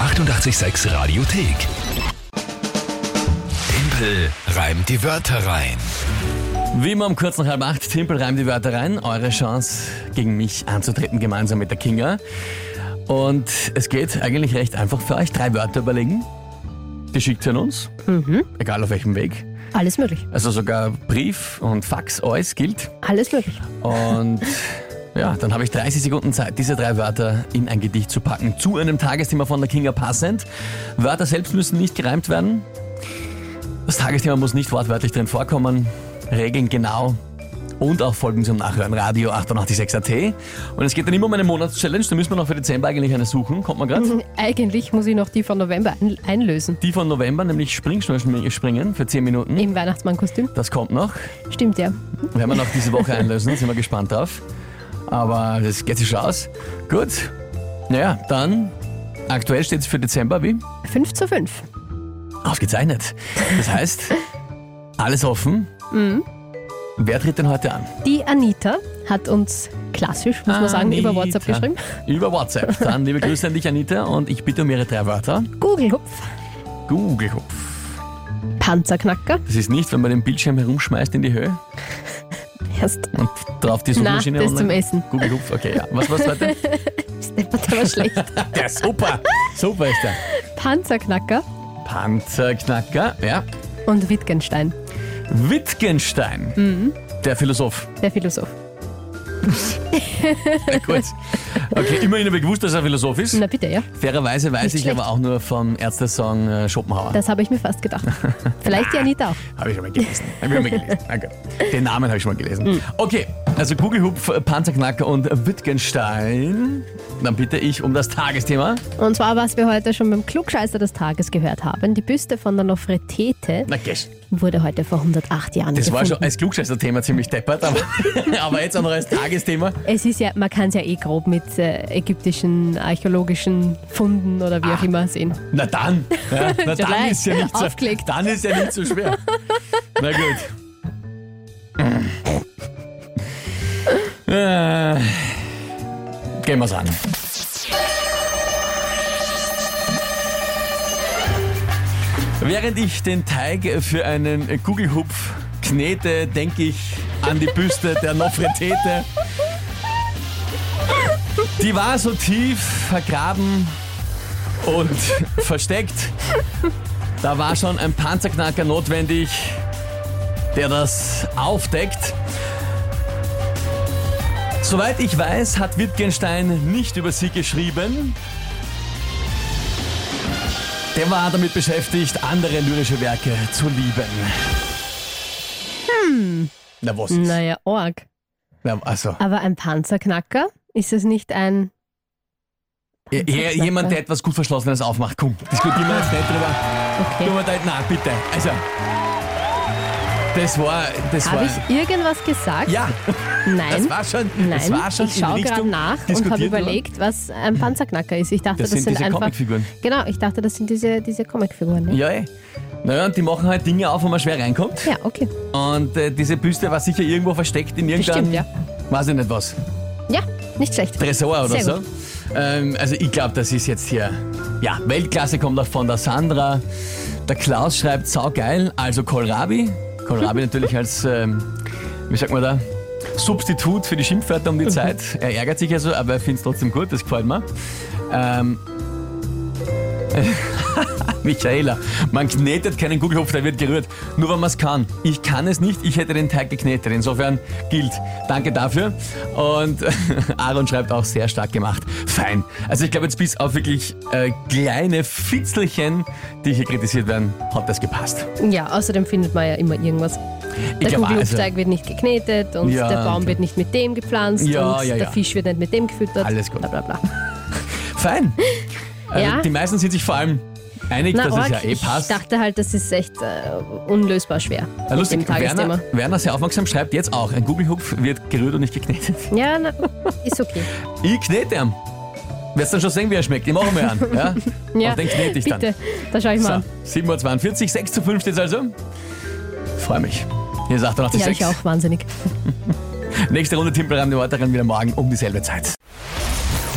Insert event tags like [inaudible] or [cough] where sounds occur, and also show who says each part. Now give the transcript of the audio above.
Speaker 1: 886 Radiothek. Tempel reimt die Wörter rein.
Speaker 2: Wie immer um kurz nach halb acht, Timpel reimt die Wörter rein. Eure Chance, gegen mich anzutreten, gemeinsam mit der Kinga. Und es geht eigentlich recht einfach für euch. Drei Wörter überlegen. Die schickt ihr an uns. Egal auf welchem Weg.
Speaker 3: Alles möglich.
Speaker 2: Also sogar Brief und Fax, alles gilt.
Speaker 3: Alles möglich.
Speaker 2: Und ja, dann habe ich 30 Sekunden Zeit, diese drei Wörter in ein Gedicht zu packen. Zu einem Tagesthema von der Kinga passend. Wörter selbst müssen nicht gereimt werden. Das Tagesthema muss nicht wortwörtlich drin vorkommen. Regeln genau. Und auch Folgen zum Nachhören. Radio 886 AT. Und es geht dann immer um eine Monatschallenge. Da müssen wir noch für Dezember eigentlich eine suchen. Kommt man
Speaker 3: Mhm.
Speaker 2: gerade?
Speaker 3: [laughs] Eigentlich muss ich noch die von November ein einlösen.
Speaker 2: Die von November, nämlich Spring, Schnell, Schmi- Springen für 10 Minuten.
Speaker 3: Im Weihnachtsmannkostüm.
Speaker 2: Das kommt noch.
Speaker 3: Stimmt ja.
Speaker 2: Werden wir noch diese Woche einlösen, sind wir gespannt drauf. Aber das geht sich schon aus. Gut. Naja, dann aktuell steht es für Dezember wie?
Speaker 3: 5 zu 5.
Speaker 2: Ausgezeichnet. Das heißt, alles offen.
Speaker 3: Mhm.
Speaker 2: Wer tritt denn heute an?
Speaker 3: Die Anita hat uns klassisch, muss man sagen, über
Speaker 2: Anita.
Speaker 3: WhatsApp geschrieben.
Speaker 2: Über WhatsApp. Dann liebe Grüße an dich, Anita, und ich bitte um ihre drei Wörter.
Speaker 3: Gugelhupf,
Speaker 2: Google-Hupf.
Speaker 3: Panzerknacker,
Speaker 2: Das ist nicht, wenn man den Bildschirm herumschmeißt in die Höhe
Speaker 3: erst
Speaker 2: und drauf die
Speaker 3: Na,
Speaker 2: Suchmaschine
Speaker 3: das
Speaker 2: online-
Speaker 3: zum Essen.
Speaker 2: Google-Hupf, okay, ja. Was war's
Speaker 3: [laughs]
Speaker 2: heute?
Speaker 3: steppert aber schlecht.
Speaker 2: Der ist super. Super ist der.
Speaker 3: [laughs] Panzerknacker
Speaker 2: Panzerknacker, ja.
Speaker 3: und Wittgenstein,
Speaker 2: Wittgenstein,
Speaker 3: Mhm.
Speaker 2: der
Speaker 3: [laughs]
Speaker 2: Philosoph.
Speaker 3: der Philosoph.
Speaker 2: Ja, gut. Okay, immerhin habe ich gewusst, dass er Philosoph ist.
Speaker 3: Na bitte, ja.
Speaker 2: Fairerweise weiß
Speaker 3: Nicht
Speaker 2: ich
Speaker 3: schlecht.
Speaker 2: aber auch nur vom Ärztesong äh, Schopenhauer.
Speaker 3: Das habe ich mir fast [laughs] gedacht. Vielleicht die Anita auch.
Speaker 2: Habe ich schon mal gelesen. Habe ich schon mal gelesen.
Speaker 3: [laughs]
Speaker 2: Danke. Den Namen habe ich schon mal
Speaker 3: Mhm.
Speaker 2: gelesen. Okay, also Kugelhupf, Panzerknacker und Wittgenstein. Dann bitte ich um das Tagesthema.
Speaker 3: Und zwar, was wir heute schon beim Klugscheißer des Tages gehört haben, die Büste von der Nofretete
Speaker 2: Na, gesch.
Speaker 3: wurde heute vor 108 Jahren
Speaker 2: Das
Speaker 3: gefunden. [laughs]
Speaker 2: war schon als Klugscheißer-Thema ziemlich deppert, aber, [laughs] aber jetzt auch noch als Tagesthema.
Speaker 3: Es ist ja, man kann es ja eh grob mit äh, ägyptischen archäologischen Funden oder wie auch
Speaker 2: Ah.
Speaker 3: immer sehen.
Speaker 2: Na dann, ja, na
Speaker 3: Schon
Speaker 2: dann
Speaker 3: gleich
Speaker 2: ist ja nicht so,
Speaker 3: aufgelegt.
Speaker 2: dann ist ja nicht so schwer. Na gut. Äh, Gehen wir's an. Während ich den Teig für einen Kugelhupf knete, denke ich an die Büste der Nofretete. Die war so tief vergraben und [laughs] versteckt. Da war schon ein Panzerknacker notwendig, der das aufdeckt. Soweit ich weiß, hat Wittgenstein nicht über sie geschrieben. Der war damit beschäftigt, andere lyrische Werke zu lieben. Hm. Na was? ist?
Speaker 3: Naja, Org.
Speaker 2: Na, also,
Speaker 3: Aber ein Panzerknacker? Ist es nicht ein.
Speaker 2: je- jemand, der etwas gut Verschlossenes aufmacht. Komm, diskutieren wir jetzt nicht drüber.
Speaker 3: Okay.
Speaker 2: Nummer drei, nein, bitte. Also, das war, das war,
Speaker 3: Habe ich irgendwas gesagt?
Speaker 2: ja,
Speaker 3: Nein.
Speaker 2: das war schon, das
Speaker 3: Nein,
Speaker 2: war schon
Speaker 3: ich
Speaker 2: in
Speaker 3: schaue gerade
Speaker 2: Richtung
Speaker 3: nach und
Speaker 2: diskutiert
Speaker 3: habe
Speaker 2: worden.
Speaker 3: überlegt, was ein Panzerknacker ist. Ich dachte,
Speaker 2: Das
Speaker 3: das,
Speaker 2: sind diese
Speaker 3: einfach.
Speaker 2: Comicfiguren.
Speaker 3: Genau, ich dachte, das sind diese, diese Comicfiguren. Ne?
Speaker 2: Ja, eh. Naja, und die machen halt Dinge auf, wo man schwer reinkommt.
Speaker 3: Ja, okay.
Speaker 2: Und äh, diese Büste war sicher irgendwo versteckt in irgendeinem,
Speaker 3: Bestimmt, ja.
Speaker 2: weiß ich nicht was,
Speaker 3: Ja, nicht schlecht.
Speaker 2: Tresor oder
Speaker 3: Sehr
Speaker 2: so.
Speaker 3: gut.
Speaker 2: Ähm, also ich glaube, das ist jetzt hier, ja, Weltklasse kommt auch von der Sandra. Der Klaus schreibt, saugeil, also Kohlrabi.
Speaker 3: [laughs]
Speaker 2: Kohlrabi natürlich als, ähm, wie sagt man da, Substitut für die Schimpfwörter
Speaker 3: [laughs]
Speaker 2: um die Zeit. Er ärgert sich also, aber er findet es trotzdem gut, das gefällt mir. Ähm, Michaela, man knetet keinen Kugelhupf, der wird gerührt. Nur wenn man es kann. Ich kann es nicht, ich hätte den Teig geknetet. Insofern gilt. Danke dafür. Und [laughs] Aaron schreibt auch sehr stark gemacht. Fein. Also ich glaube jetzt bis auf wirklich äh, kleine Fitzelchen, die hier kritisiert werden, hat das gepasst.
Speaker 3: Ja, außerdem findet man ja immer irgendwas.
Speaker 2: Ich
Speaker 3: Der
Speaker 2: glaub,
Speaker 3: Kugelhupfteig wird nicht geknetet und
Speaker 2: also- Ja,
Speaker 3: der Baum
Speaker 2: und-
Speaker 3: wird nicht mit dem gepflanzt
Speaker 2: Ja,
Speaker 3: und
Speaker 2: ja,
Speaker 3: der
Speaker 2: ja.
Speaker 3: Fisch wird nicht mit dem gefüttert.
Speaker 2: Alles gut.
Speaker 3: Bla, bla, bla.
Speaker 2: fein. Also
Speaker 3: Ja.
Speaker 2: Die meisten sind sich vor allem einig,
Speaker 3: Na,
Speaker 2: dass es
Speaker 3: Org,
Speaker 2: ja eh
Speaker 3: ich
Speaker 2: passt.
Speaker 3: dachte halt, das ist echt äh, unlösbar schwer.
Speaker 2: Ja, lustig,
Speaker 3: mit dem Tagesthema.
Speaker 2: Werner, Werner sehr aufmerksam schreibt jetzt auch, ein Kugelhupf wird gerührt und nicht geknetet.
Speaker 3: Ja, na, ist okay.
Speaker 2: Ich knete ihn. Wirst dann schon sehen, wie er schmeckt. Ich mache mal an. Ja?
Speaker 3: Ja,
Speaker 2: Auf den knete ich dann.
Speaker 3: bitte, da schaue ich mal
Speaker 2: So,
Speaker 3: an.
Speaker 2: 7.42 Uhr, 6 zu 5 steht also. Freue mich. Hier ist
Speaker 3: Ja, ich
Speaker 2: 886.
Speaker 3: auch, wahnsinnig.
Speaker 2: Nächste Runde Timpelreim, die Worte rein wieder morgen um dieselbe Zeit.